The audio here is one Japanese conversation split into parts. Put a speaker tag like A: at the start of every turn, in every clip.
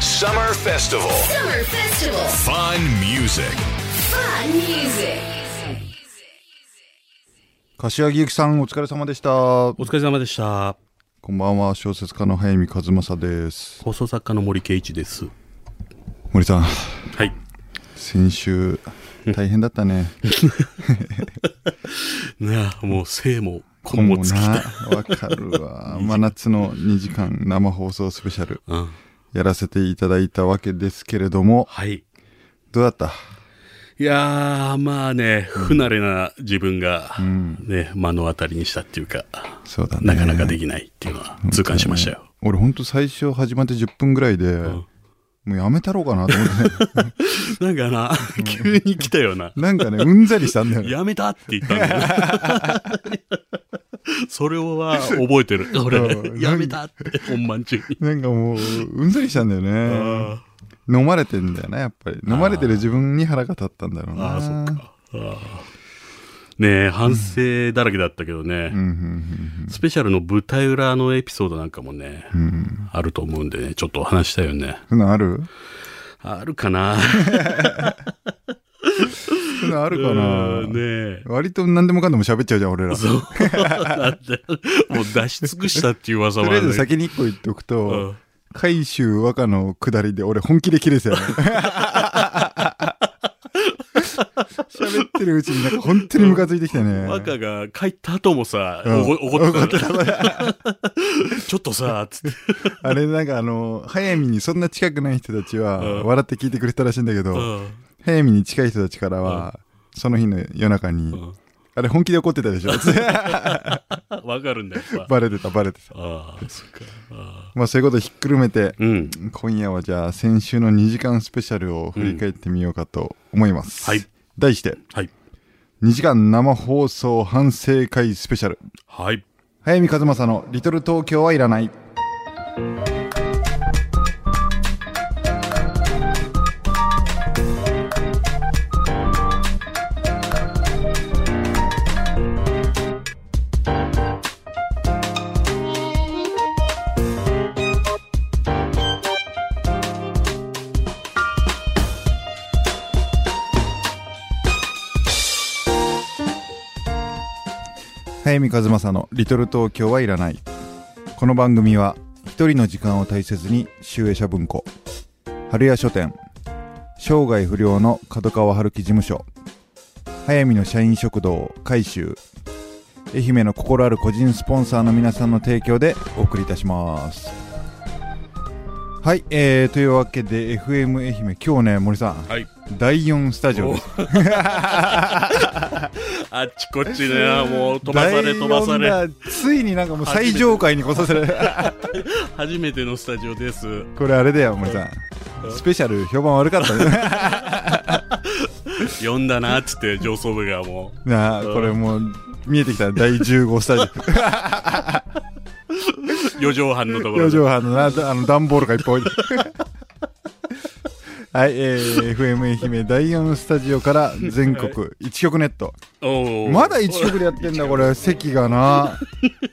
A: Summer Festival.
B: Summer Festival.
A: Fun music.
B: Fun music.
C: 柏木由紀さんお疲れ様でしたこ
D: お疲れ様でした。
C: んばんは小説家の早見和正です
D: 放送作家の森圭一です。
C: 森さん
D: はい。
C: 先週大変だった ね
D: ねえもう性も根も尽きた。
C: もうなわかる わ真夏の2時間生放送スペシャル
D: うん。
C: やらせていただいたわけですけれども
D: はい。
C: どうだった
D: いやー、まあね、不慣れな自分が、ね、目の当たりにしたっていうか、
C: そうだね
D: なかなかできないっていうのは痛感しましたよ。
C: 俺ほんと最初始まって10分ぐらいで、もうやめたろうかなと思 ってね
D: なんかな、急に来たよな。
C: なんかねうんざりしたんだよね
D: やめたって言ったんだよな。 それは覚えてる。
C: うん
D: 俺、やめたって、本番中に。
C: なんかもううんざりしたんだよね
D: あ
C: 飲まれてんだよねやっぱり飲まれてる自分に腹が立ったんだろう
D: ー
C: な
D: あー、そっか。あーねえ、反省だらけだったけどね。
C: うんうん
D: スペシャルの舞台裏のエピソードなんかもね、
C: うんうん
D: あると思うんでね、ちょっとお話したいよね。
C: そんなんある
D: あるかな
C: そんなんあるかな、
D: うん ね
C: 割と何でもかんでも喋っちゃうじゃん俺ら
D: え。そうなんだよもう出し尽くしたっていう噂
C: と
D: もあ
C: りあえ
D: るん
C: ず
D: だけ
C: 先に一個言っておくと、
D: うん
C: 海州和歌の下りで俺本気で切れてたよね 喋ってるうちになんか本当にムカついてきたね
D: ど。若が帰った後もさ、
C: うん
D: おご怒ってたから。 ちょっとさ、つって。
C: あれなんかあの早見にそんな近くない人たちは
D: うん
C: 笑って聞いてくれたらしいんだけど、
D: うん
C: 早見に近い人たちからは、その日の夜中に、
D: うん
C: あれ本気で怒ってたでしょ
D: わかるんだよ。やっぱ
C: バレてたバレてた
D: ああ、そっか。ああ
C: まあそういうことひっくるめて、
D: うん。
C: 今夜はじゃあ先週の2時間スペシャルを振り返ってみようかと思います、
D: はい
C: 題して
D: はい。
C: 2時間生放送反省会スペシャル
D: はい。
C: 早見和正の「リトル東京はいらない」早見和正の「リトル東京はいらない」この番組は一人の時間を大切に集英社文庫春屋書店生涯不良の角川春樹事務所早見の社員食堂改修愛媛の心ある個人スポンサーの皆さんの提供でお送りいたしますはい、えー、というわけで FM 愛媛今日ね森さん
D: はい。
C: 第4スタジオです
D: あっちこっちね、もう飛ばされ飛ばされ。
C: 第四だついになんかもう最上階に来させられ
D: 初めてのスタジオです。
C: これあれだよ森さんスペシャル評判悪かった ね
D: 呼んだなっつって上層部がも
C: なあこれもう見えてきた第15スタジ
D: う4畳半のとこ
C: オ
D: ろ
C: 四
D: で
C: 畳半のなあの段ボールがいっぱい置いて はい、えー、FM 愛媛第4スタジオから全国1局ネット
D: おー
C: まだ1局でやってんだこれ席がな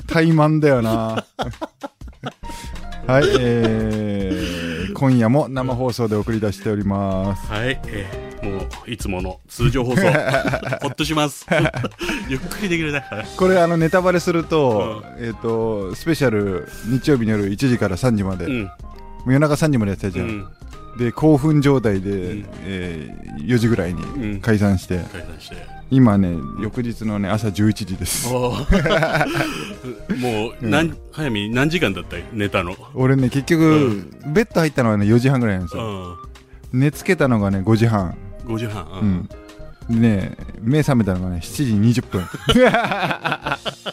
C: 怠慢だよな はいえー、今夜も生放送で送り出しております
D: はい、えーもういつもの通 常放送ほっとします ゆっくりできるね
C: これあのネタバレすると、えっ、とスペシャル日曜日の夜1時から3時まで、
D: う
C: も
D: ん
C: う夜中3時までやってたじ
D: う
C: ゃん、
D: ん
C: で興奮状態で、
D: ん
C: えー4時ぐらいに解散して、
D: 解散して
C: 今ね翌日のね朝11時です
D: おーもう何、早見何時間だった寝たの
C: 俺ね結局、ベッド入ったのはね4時半ぐらいなんです
D: う
C: よ、
D: ん
C: 寝つけたのがね5時半
D: 5時半、う
C: うんんでね目覚めたのがね7時20分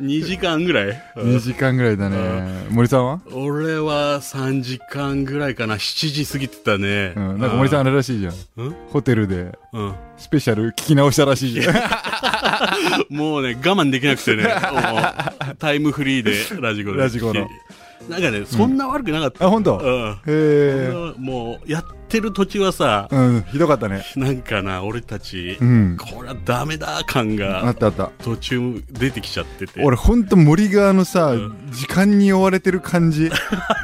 D: 2時間ぐらい、うん
C: 2時間ぐらいだね、森さんは、
D: 俺は3時間ぐらいかな7時過ぎてたね、
C: うん、なんか森さんあれらしいじゃん
D: うん
C: ホテルで
D: うん
C: スペシャル聞き直したらしいじゃん
D: もうね、我慢できなくてね、もうタイムフリーでラジコで。
C: ラジコの
D: なんかね、そんな悪くなかっ た。
C: あ本当
D: うん
C: へえ
D: もう、やってる土地はさ、
C: うんひどかったね
D: なんかな、俺たち、
C: うん
D: これはダメだ感
C: あ
D: が
C: ったあった
D: 途中出てきちゃってて。
C: 俺ほんと森側のさ、
D: ん
C: 時間に追われてる感じ
D: あ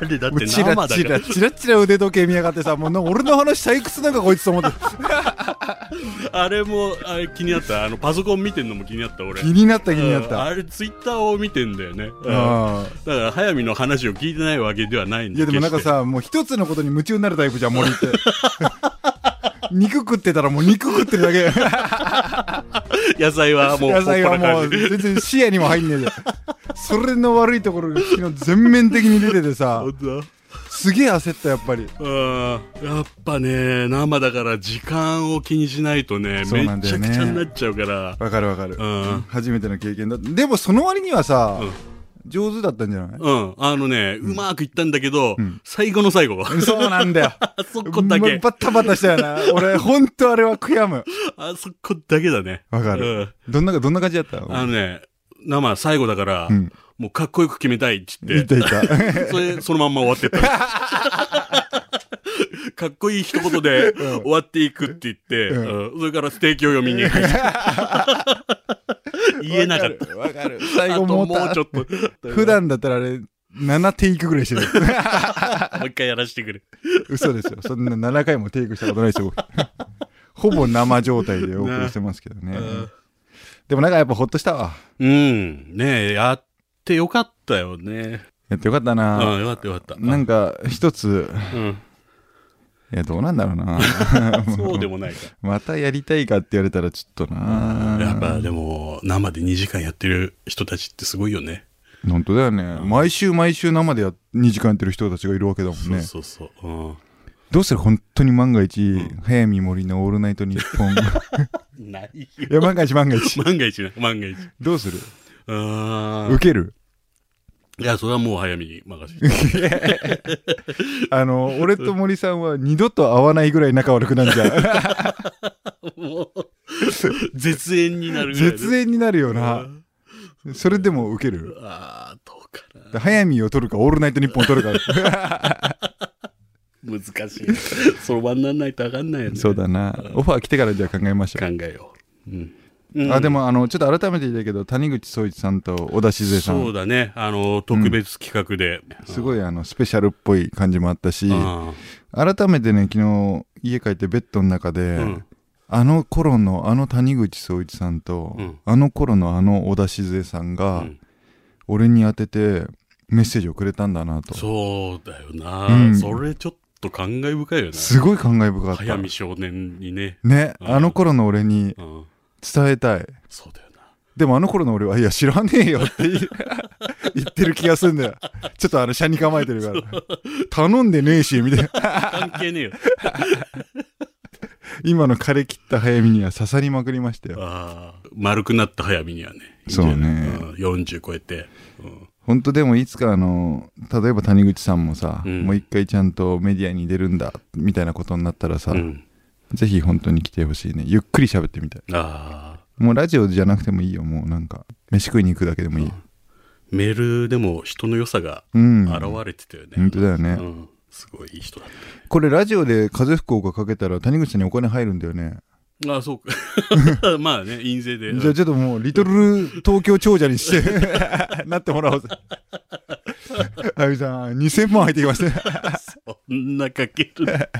D: れだっ
C: もう
D: て
C: チ
D: 生だ
C: ラ
D: から。
C: チラチラチラ腕時計見やがってさもうな俺の話退屈なんかこいつと思って
D: あれもあれ気になった。あの、パソコン見てんのも気になった、俺。
C: 気になった気になっ
D: うん
C: た
D: あれ、ツイッターを見てんだよね。うん
C: あ
D: だから、早見の話を聞いてないわけではないん
C: い
D: だ
C: やでもなんか、さもう一つのことに夢中になるタイプじゃん森って 肉食ってたらもう肉食ってるだけ
D: 決して野菜はもう、
C: 野菜はも
D: ほ
C: う
D: っぱな感じ
C: 全然視野にも入んねえじゃんそれの悪いところが昨日全面的に出ててさ
D: 本当だ
C: すげえ焦ったやっぱり
D: うんやっぱね、生だから時間を気にしないとね、
C: そう
D: め
C: なんだ
D: ち
C: よ
D: ゃ
C: ね
D: くちゃになっちゃうから、
C: わかるわかる、
D: うん
C: 初めての経験だでもその割にはさ、
D: うん
C: 上手だったんじゃない、
D: うん、あのね、うまくいったんだけど、
C: ん
D: 最後の最 後、
C: そうなんだよ
D: あそこだけ、
C: バタバタしたよな俺ほんとあれは悔やむ
D: あそこだけだね。
C: わかる、どんなどんな感じだった
D: うん。あのね、生最後だから、
C: うん
D: もうかっこよく決めたいって言
C: い
D: って
C: た、いた
D: それ、そのまんま終わってった。 かっこいい一言で終わっていくって言って、
C: うん
D: うんそれからステーキを読みに 行く。言えなかった。
C: たわかる
D: あ
C: 最後
D: と
C: も
D: も
C: う
D: う
C: た
D: ちょっと。
C: 普段だったらあれ7テイクぐらいしてる
D: もう一回やらせてくれ。
C: 嘘ですよそんな7回もテイクしたことないですよ 僕ほぼ生状態でお送りしてますけどねでもなんかやっぱほっとしたわ
D: うん。ねえ、やってよかったよね。
C: やってよかったな、
D: うん、よかったよかった。
C: なんか一つ
D: うん。
C: いやどうなんだろうな
D: そうでもないか。
C: またやりたいかって言われたらちょっとな
D: やっぱでも、生で2時間やってる人たちってすごいよね。
C: 本当だよね毎週毎週生でや2時間やってる人たちがいるわけだもんね
D: そうそうそう。うん
C: どうする本当に万が一、早見森の「オールナイトニ ッポン」い
D: ない
C: や
D: よ。
C: 万が一万が 一
D: 万が一な、万が一。
C: どうする
D: うーん
C: 受ける
D: いや、それはもう早めに任せ て。
C: あの俺と森さんは二度と会わないぐらい仲悪くなるじ ゃん
D: もう、絶縁になるぐらいで。
C: 絶縁になるよ
D: う
C: なんそれでも受ける
D: ああ、どうかな。
C: 早見を取るか「オールナイトニッポン」を取るか
D: 難しい。 その場にならないとわかんないよ ね。
C: そう
D: 考
C: だなオファー来てからじゃあ考えましょう
D: えよう。うん。うん
C: あでもあのちょっと改めて言いたいけど谷口聡一さんと小田静江さ
D: そうんだね。あの、特別企画で。
C: すごいあのスペシャルっぽい感じもあったし
D: あ
C: 改めてね昨日家帰ってベッドの中で、
D: うん
C: あの頃のあの谷口聡一さんと、
D: うん
C: あの頃のあの小田静江さんが、
D: うん
C: 俺に当ててメッセージをくれたんだなと
D: そうだよ
C: う
D: な。
C: ん
D: それちょっと感慨深いよね。
C: すごい感慨深かった
D: 早見少年にね。
C: ね、
D: うん
C: あの頃の俺に
D: うん。
C: 伝えたい
D: そうだよ な。
C: でもあの頃の俺はいや知らねえよって 言い言ってる気がするんだよちょっとあの車に構えてるから頼んでねえしみたいな
D: 関係ねえよ。
C: 今の枯れ切った早見には刺さりまくりましたよ
D: ああ、丸くなった早見にはね。いいんじ
C: そ
D: ゃ
C: う
D: な
C: ね
D: いん40超えて。うん
C: 本当でもいつかあの例えば谷口さんもさ、
D: うん
C: もう一回ちゃんとメディアに出るんだみたいなことになったらさ、
D: うん。
C: ぜひ本当に来てほしいねゆっくり喋ってみたい
D: ああ、
C: もうラジオじゃなくてもいいよもうなんか飯食いに行くだけでもいいよ
D: メールでも人の良さが
C: うん、
D: 現れてたよね。
C: 本当だよね
D: うん。すごいいい人だっ
C: これラジオで風福岡かけたら谷口さんにお金入るんだよね
D: た。ああ、そう か。まあね、印税で。
C: じゃあちょっともうリトル東京長者にしてなっても らおう ぜあゆみさん2000万入ってきますね
D: そんなかける。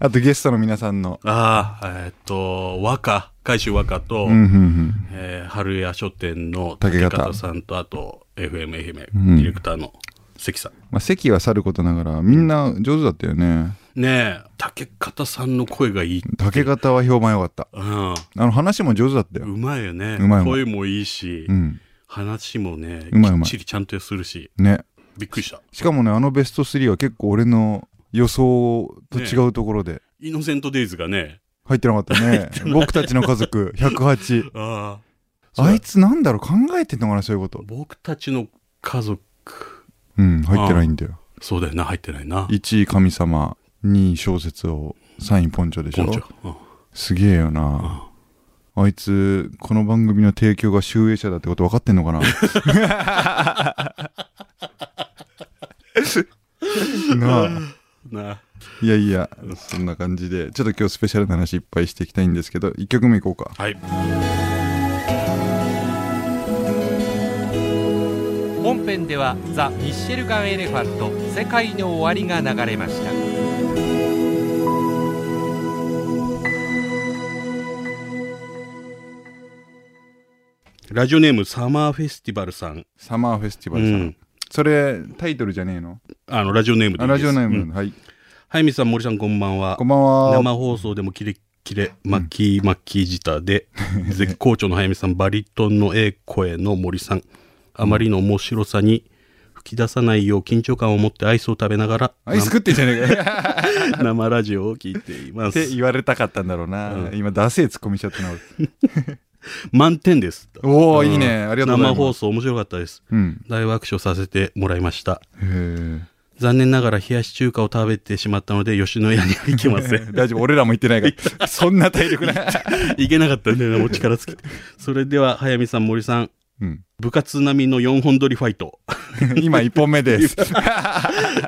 C: あとゲストの皆さんの
D: ああ、えーっと、和歌、海州和歌と、
C: うんうんうん
D: えー春屋書店の
C: 竹
D: 竹
C: 方
D: 方さんと、あと、FM 愛媛、
C: ん
D: ディレクターの関さん。
C: まあ、席はさることながらみんな上手だったよね
D: ねえ、竹方さんの声がいい。
C: 竹方は評判良かった
D: う
C: あ
D: ん。
C: の話も上手だったよ
D: うまいよね。
C: うまいうまい
D: 声もいいし、
C: うん
D: 話もね、
C: うまいうまい
D: きっちりちゃんとするし、
C: ね
D: びっくりした。
C: しかもねあのベスト3は結構俺の予想と違うところで
D: イノセントデイズがね、
C: 入ってなかったね僕たちの家族108
D: ああ。
C: あいつなんだろう考えてんのかなそういうこと
D: 僕たちの家族、
C: うん入ってないんだよ
D: そうだよな、入ってないな。
C: 1位神様2位小説王3位ポンチョでし
D: ポンチ
C: ょ
D: ョ。うん
C: すげえよなあいつこ の番組の提供が集英社だってこと分かってんのかななあ
D: ない
C: やいや、そんな感じで、ちょっと今日スペシャルな話いっぱいしていきたいんですけど、1曲目いこうか。
D: はい
E: 本編ではザ・ミッシェルガン・エレファント「世界の終わり」が流れました
D: ラジオネームサマーフェスティバルさん、
C: サマーフェスティバ
D: う
C: ルさん。
D: ん、
C: それ、タイトルじゃねえの
D: あのラジオネームでい
C: あ
D: いで
C: ラ
D: す
C: ジオネーム、
D: うん
C: はい。
D: はいみさん森さんこんばんは
C: こんばんは。
D: 生放送でもキレッキレ巻き巻き 舌で絶好調の早見さんバリトンのええ声の森さんあまりの面白さに吹き出さないよう緊張感を持ってアイスを食べながら
C: アイス食ってんじゃねえか よ。
D: 生生ラジオを聞いていま
C: って
D: す
C: 言われたかったんだろうな。
D: うん
C: 今、ダセえツッコミしちゃったな。俺
D: 満点です
C: お
D: う
C: ー、
D: ん
C: いいね。ありがとうございます。
D: 生放送面白かったです
C: うん。
D: 大爆笑させてもらいました
C: へ
D: 残念ながら冷やし中華を食べてしまったので吉野家には行けませ
C: え。
D: ん
C: 大丈夫、俺らも言ってない から。そんな体力ない。
D: 行けなかったんだよなもう力尽きてそれでは早見さん森さん
C: うん、
D: 部活並みの4本撮りファイト
C: 今、1本目 です。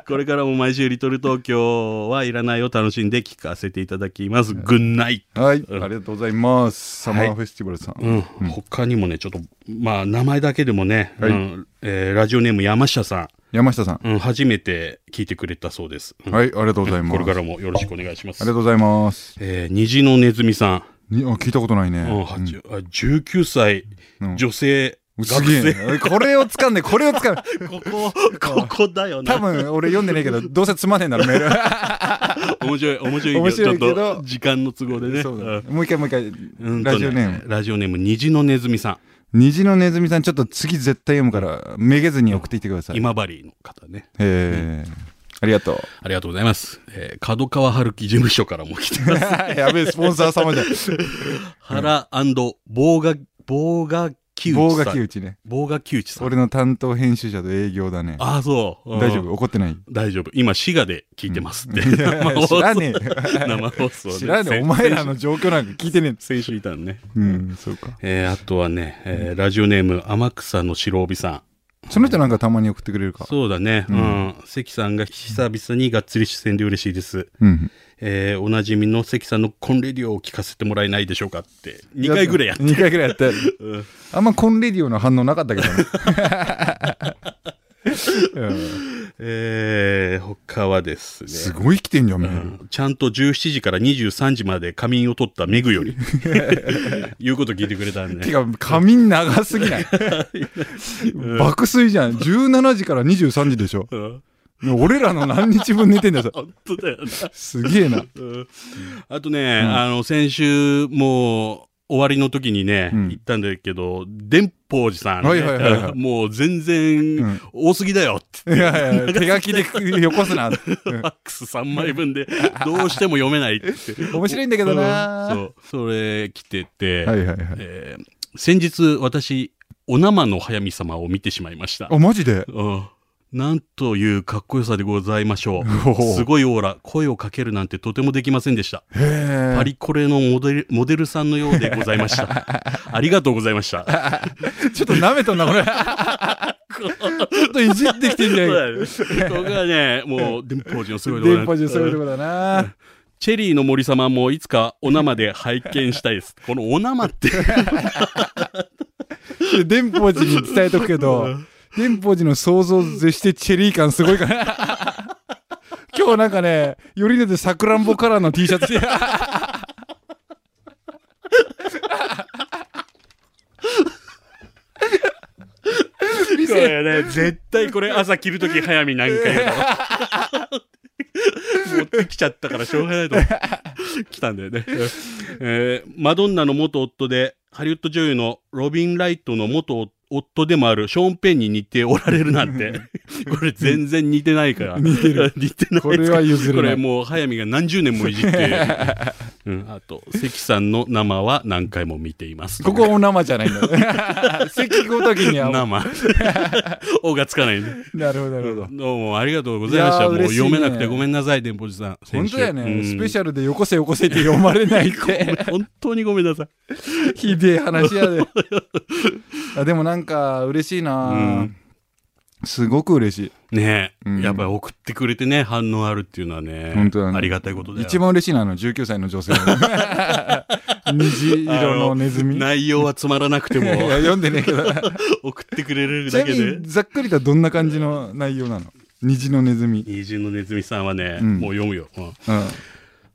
D: これからも毎週「リトル東京はいらない」を楽しんで聞かせていただきますグッナイ
C: はい、
D: うん
C: ありがとうございます。サマーフェスティバルさん。
D: うん、他にもねちょっとまあ名前だけでもね、
C: はい
D: うんえーラジオネーム山下さ
C: 山下さん。
D: ん、うん、初めて聞いてくれたそうです、うん
C: はい、ありがとうございます。
D: これか
C: あ
D: らもよろしくお願いします
C: りがとうございます。
D: えー虹のネズミさん
C: にあ聞いたことないね。
D: うんはちあ19歳、
C: うん
D: 女性、
C: うんす
D: 学
C: げ
D: 生。
C: え。これを掴んで、これを 掴む。
D: ここ、ここだよ
C: 多
D: な。
C: 分、俺読んでないけど、どうせつまんねえんだろ、メール。
D: 面白い、面白いけど、
C: 面白いけど
D: ちょっと時間の都合 でね。
C: そう
D: う
C: だ
D: ん
C: もう一回、もう一回
D: うん。
C: ラ
D: とね
C: ジオネーム。
D: ラジオネーム、虹のネズミさ
C: 虹のネズミさん、ちょっと次絶対読むから、めげずに送ってきてくださ
D: ん。
C: い。
D: 今治の方ね。
C: えーありが とう。
D: ありがとうございます。えー角川春樹事務所からも来てます。
C: やべえ、スポンサー様 じゃん。
D: 原棒が、棒が木
C: 棒
D: 内
C: が
D: さ
C: 木
D: ん。
C: 内ね。
D: 棒が木内さん。
C: 俺の担当編集者と営業だね。
D: ああ、そう。うん
C: 大丈夫怒 ってない
D: 大丈夫。今、滋賀で聞いてますって。
C: いや知らねえよ。
D: 生 放送で
C: 知らねえ。お前らの状況なんか聞いてね
D: 先週いたのね。
C: え。うん、そうか。
D: えーあとはね、えーラジオネーム、天草の白帯さん。
C: その人なんかたまに送ってくれるか。
D: そうだね。うん。関さんが久々にがっつり出演で嬉しいです。
C: うん。
D: えーおなじみの関さんのコンレディオを聞かせてもらえないでしょうかって、2回ぐらいやって。
C: 2回ぐらいやって。あんまコンレディオの反応なかったけどね。うん
D: えー他はですね。
C: すごい来てんじゃん、メール
D: ちゃんと17時から23時まで仮眠を取ったメ グより、言うこと聞いてくれたん
C: て
D: で。
C: か、仮眠長すぎない。爆睡じゃん。17時から23時でしょ。
D: うん
C: 俺らの何日分寝てん だよ、それ
D: 本当だよな。
C: すげえな。
D: うんあとね、あの、先週、もう、終わりの時にね、
C: うん
D: 行ったんだけど、電報寺さんね、
C: はいはいはいはい
D: もう全然、
C: うん
D: 多すぎだよって、
C: いやいや、手書きでよこすな。うん
D: ファックス3枚分で、どうしても読めないって。
C: 面白いんだけどな。
D: うんそう、それ来てて、
C: はいはいはい。
D: えー先日私、お生の速見様を見てしまいました。
C: あ、マジで
D: うんなんというかっこよさでございましょ
C: おお
D: う。すごいオーラ、声をかけるなんてとてもできませんでした。
C: へえ。
D: パリコレのモデルモデルさんのようでございました。 ありがとうございました。
C: ちょっと舐めとんな、 これ。ちょっといじってきてんじゃん。
D: 僕はね、もう、電報寺のすごいところ
C: 電波中そういうとこだな。
D: チェリーの森様もいつかお生で拝見したいです。このお生って、
C: 電波中に伝えとくけど、電波中の想像を絶してチェリー感すごいから。 今日なんかね、よりによってさくらんぼカラーの T シャツ着て。
D: これね、絶対これ朝着るとき早見何回だろ。持ってきちゃったからしょうがないと思って来たんだよね。えーマドンナの元夫で、ハリウッド女優のロビン・ライトの元夫でもあるショーン・ペンに似ておられるな んて。これ全然似てないから。似てる。似てないです
C: これは譲
D: こ
C: れな
D: れ
C: い。
D: もう早見が何十年もい じって。うん、あと、関さんの生は何回も見ていま す。
C: ここはお生じゃないんだ。 席ごときには。
D: 生。 おがつかないね。
C: なるほど、なるほど。
D: どうもありがとうございました。
C: いやー
D: もう
C: 嬉しいね
D: 読めなくてごめんなさい、電報寺さん。
C: 本当だよね。スペシ
D: ャ
C: ャルでよこせよこせって読まれないって。
D: ル。本当にごめんなさい。
C: ひでえ話やで。あでもなんか嬉しいな、
D: うん
C: すごく嬉しい。
D: ねえ、
C: うん
D: やっぱり送ってくれてね、反応あるっていうのはね、
C: 本当だね
D: ありがたいことだよ。
C: 一番嬉しいのはあの19歳の女性。虹色のネズミ。
D: あ
C: い
D: の内容はつまらなくても、
C: や 読んでねえけ ど。
D: 送ってくれる
C: ちな
D: だ
C: み
D: けで
C: に。ざっくりとどんな感じの内容なの虹のネズミ。
D: 二重のネズミさんはね、
C: うん
D: もう読むよ。うん
C: うん。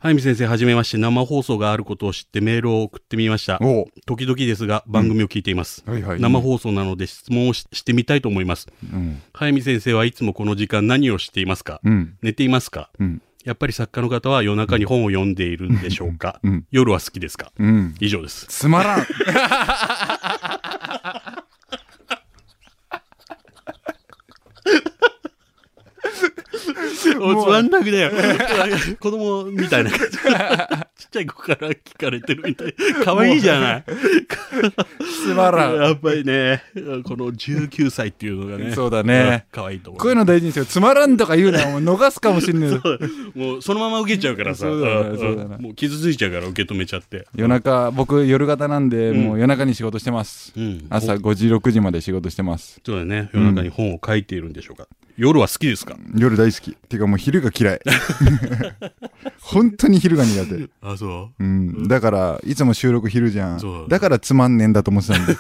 D: はい、み先生、はじめまして、生放送があることを知ってメールを送ってみました。
C: おう
D: 時々ですが、番組を聞いています。
C: はいはい
D: 生放送なので質問をししてみたいと思います。
C: うん。
D: 早見先生はいつもこの時間何をしていますか、
C: うん。
D: 寝ていますか
C: うん。
D: やっぱり作家の方は夜中に本を読んでいるんでしょうか、
C: うん
D: 夜は好きですか
C: うん。
D: 以上です。
C: つまらん。
D: おつまんなくだ よ。子供みたいな感じ。ちっちゃい子から聞かれてるみたい。可愛いじゃない。
C: つま らん。
D: やっぱりね、この19歳っていうのがね。
C: そうだね
D: 可愛いと思う。
C: こういうの大事にしよう。つまらんとか言 うな。もう逃すかもしんねえ。
D: もうそのまま受けちゃうからさ。
C: そうだな
D: うん
C: そうだな
D: もう傷ついちゃうから受け止めちゃって。
C: 夜中、僕夜型なんで、
D: ん
C: もう夜中に仕事してます。
D: うん
C: 朝5時、6時まで仕事してます。
D: そうだね。夜中に本を書いているんでしょうか。夜は好きですか
C: 夜大好き。てかもう昼が嫌い。 本当に昼が苦手。
D: あ、そう
C: う。ん。だから、いつも収録昼じゃ
D: そ
C: ん。
D: う
C: だからつまんねえんだと思ってたんで。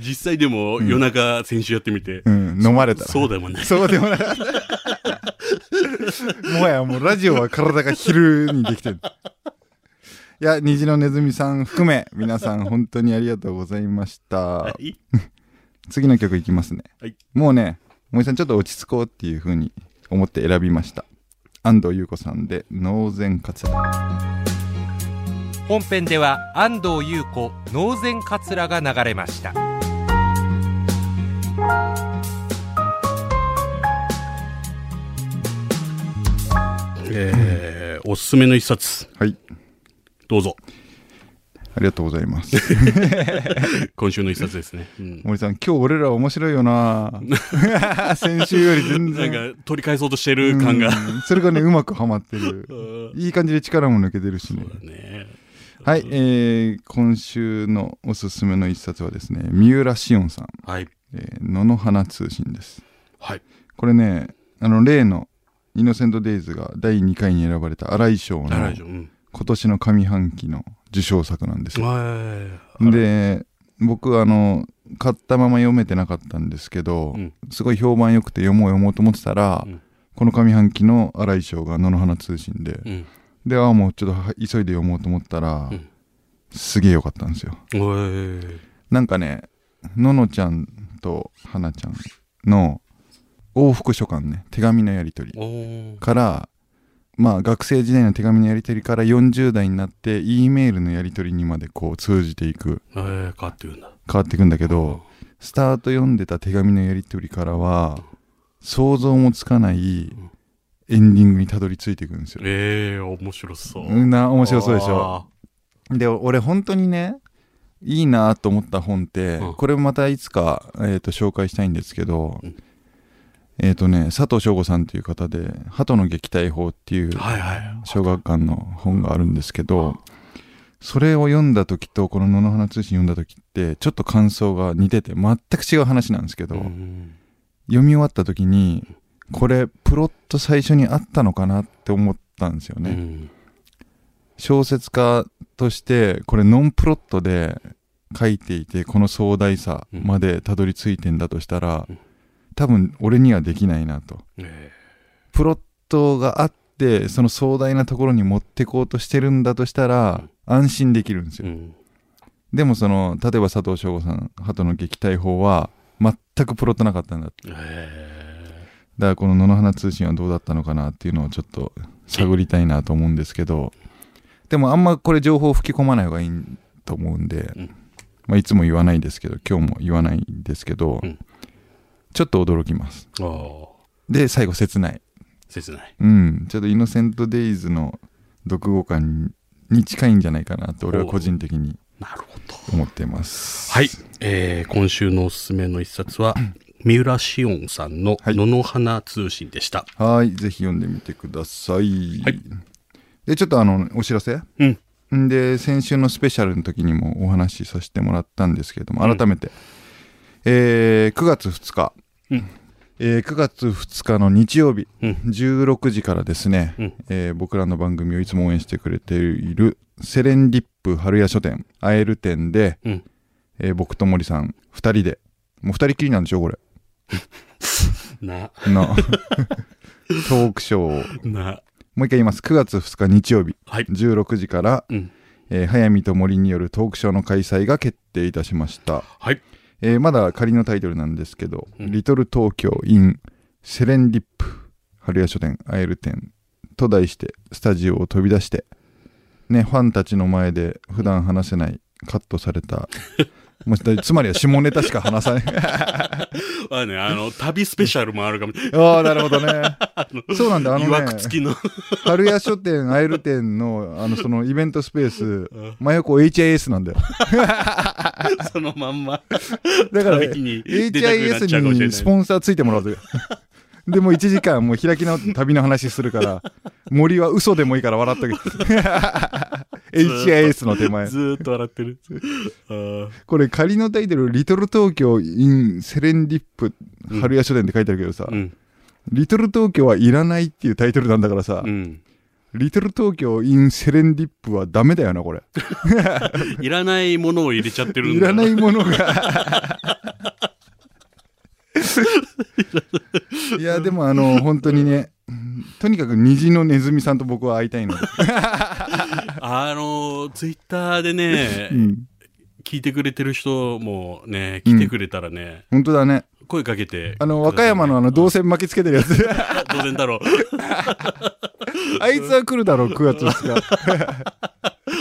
D: 実際でも夜中先週やってみて
C: う。 ん。飲まれた。
D: そうだもんね。
C: そうでもなかった。 もはやもうラジオは体が昼にできてる。いや、虹のネズミさん含め、皆さん本当にありがとうございました。
D: い
C: 次の曲いきますね。
D: はい
C: もうね、森さんちょっと落ち着こうっていう風に思って選びました。安藤優子さんで、脳前活。
E: 本編では安藤優子脳前かつらが流れました
D: えーおすすめの一冊、
C: はい。
D: どうぞ。
C: ありがとうございます。
D: 今週の一冊ですね。うん
C: 森さん、今日俺ら面白いよ な先週より全
D: な
C: 然。
D: んか取り返そうとしてる感が。
C: うんそれがね、うまくはまって る。いい感じで力も抜けてるしね。
D: ね
C: はい、えー今週のおすすめの一冊はですね、三浦紫音さん、
D: はい。
C: えー野の花通信です。
D: はい。
C: これね、あの、例の、イノセントデイズが第2回に選ばれた荒井賞の
D: 大丈夫。うん。
C: 今年の上半期の受賞作なんですよ。
D: はい。
C: で、僕、あの、買ったまま読めてなかったんですけど、
D: うん
C: すごい評判良くて読もう読もうと思ってたら、
D: うん
C: この上半期の荒井賞が野の花通信で、
D: うん。
C: でああもうちょっとは急いで読もうと思ったら、
D: うん
C: すげえ良かったんですよ
D: はい
C: なんかねののちゃんとはなちゃんの往復書簡ね手紙のやり取り
D: おー
C: からまあ学生時代の手紙のやり取りから40代になって E メールのやり取りにまでこう通じていく
D: えー変わってるんだ。
C: 変わっていくんだけどスタート読んでた手紙のやり取りからは想像もつかないエンディングにたどり着いていくんですよ。
D: ええ、面白そう。
C: うんな面白そうでしょ。
D: あ
C: で俺本当にねいいなと思った本って、
D: うん
C: これまたいつか、えー、と紹介したいんですけど、
D: うん
C: えっ、とね佐藤翔吾さんという方で「鳩の撃退法」っていう
D: ーはいはい。
C: 小学館の本があるんですけどそれを読んだ時とこの「野の花通信」読んだ時ってちょっと感想が似てて全く違う話なんですけど、
D: うん
C: 読み終わった時にこれプロット最初にあったのかなって思ったんですよね。
D: うん
C: 小説家としてこれノンプロットで書いていてこの壮大さまでたどり着いてんだとしたら、
D: うん
C: 多分俺にはできないなと
D: え
C: プロットがあってその壮大なところに持ってこうとしてるんだとしたら、安心できるんです
D: ー
C: よ、
D: うん
C: でもその例えば佐藤翔吾さん鳩の撃退法は全くプロットなかったんだって
D: え
C: だからこの「野の花通信」はどうだったのかなっていうのをちょっと探りたいなと思うんですけどでもあんまこれ情報を吹き込まない方がいいと思うんで、
D: うん
C: まあ、いつも言わないんですけど今日も言わないんですけど、
D: うん
C: ちょっと驚きます
D: ーああ、
C: で最後切ない
D: 切ない。
C: うんちょっと「イノセント・デイズ」の読後感に近いんじゃないかなと俺は個人的に
D: なるほど。
C: 思ってます
D: はい、えー今週のおすすめの一冊は三浦紫音さんの「
C: はい
D: 野の花通信」でした、
C: はいぜひ読んでみてください、
D: はい
C: でちょっとあのお知らせ
D: うん
C: で先週のスペシャルの時にもお話しさせてもらったんですけれども改めて、えー9月2日、
D: うん
C: えー9月2日の日曜日、
D: うん
C: 16時からですね、
D: うん
C: えー僕らの番組をいつも応援してくれているセレンディップ春屋書店アエル店で、
D: うん
C: えー僕と森さん2人でもう2人きりなんでしょこれ
D: な、
C: のトークショーを
D: な、
C: もう一回言います9月2日日曜日
D: はい。
C: 16時から、
D: うん。
C: えー早見と森によるトークショーの開催が決定いたしました
D: はい。
C: えーまだ仮のタイトルなんですけど「
D: うん
C: リトル東京 in セレンディップ春屋書店アエル店」と題してスタジオを飛び出して、ね、ファンたちの前で普段話せないカットされ たもうだつまりは下ネタしか話さない
D: まあね、あの、旅スペシャルもあるかもしれない。
C: ああなるほどねそうなんだあの
D: いわ
C: ね
D: くつきの。
C: 春屋書店アエル店のあのそのイベントスペース真横 HIS なんだよ
D: そのまんま。
C: だから、
D: 旅に出たくなっちゃうかもしれ
C: HIS
D: ない
C: にスポンサーついてもらおうぜ。 でもう1時間もう開き直って旅の話するから、森は嘘でもいいから笑っとけ。HIS の手前。
D: ずーっと笑っ てる。あー
C: これ仮のタイトル、リトル東京 in セレンディップ
D: うん
C: 春屋書店って書いてあるけどさ、
D: うん。
C: リトル東京はいらないっていうタイトルなんだからさ、
D: うん。
C: リトル東京 in セレンディップはダメだよな、これ。
D: いらないものを入れちゃってるん
C: い
D: だ
C: らないも のが。いや、でもあの、本当にね、とにかく虹のネズミさんと僕は会いたいので。
D: あの、ツイッターでね、
C: うん
D: 聞いてくれてる人もね、来てくれたらね、
C: 本当だね。
D: 声かけてくださいね。
C: あの、和歌山のあの、動線巻きつけてるやつ。
D: あ、当然 だろう。
C: あいつは来るだろう、9月2日。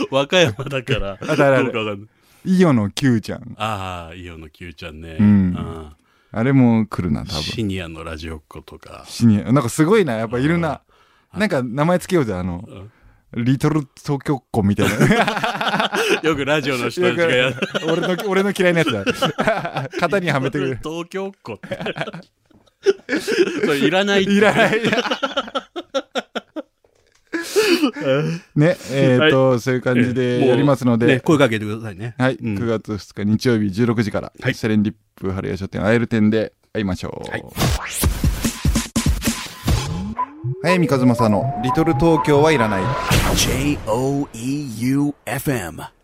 D: 和歌山だから。
C: あるある
D: どうかわかんない
C: イオの Q ちゃん。
D: ああ、イオの Q ちゃんね。
C: うん
D: あ
C: あれも来るな、
D: ー
C: 多分。
D: シニアのラジオっ子とか。
C: シニア。なんかすごいな、やっぱいるな。なんか名前つけようぜ、あの、リトル東京っ子みたいな。
D: よくラジオの人たちが やる。
C: 俺の、俺の嫌いなやつだ。 肩にはめてくる。
D: 東京っ子って。 それいらないって。
C: いらない。ね、えっ、と、そういう感じでやりますので、
D: もうね声かけてくださいね。
C: はい、
D: うん
C: 9月2日日曜日16時から、
D: はい
C: セレンディップ春屋書店会える店で会いましょう。
D: はい
C: 早見和正の「リトル東京はいらない」
F: J O E U F M.